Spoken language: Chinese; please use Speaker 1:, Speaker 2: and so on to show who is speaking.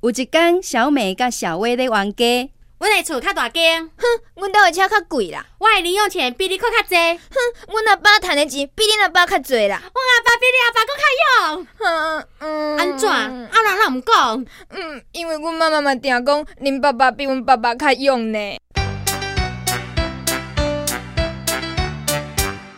Speaker 1: 有一天，小美甲小薇咧冤家，
Speaker 2: 阮的厝较大间，
Speaker 3: 阮兜的车较贵啦，
Speaker 2: 我的零用钱比你搁较济，阮
Speaker 3: 阮阿爸趁的钱比恁阿爸较侪啦。
Speaker 2: 阿爸比你阿爸搁较勇。
Speaker 3: 嗯嗯
Speaker 2: 安怎？啊，咱咱毋讲。
Speaker 3: 嗯，因为阮妈妈嘛定讲，恁爸爸比阮爸爸较勇呢。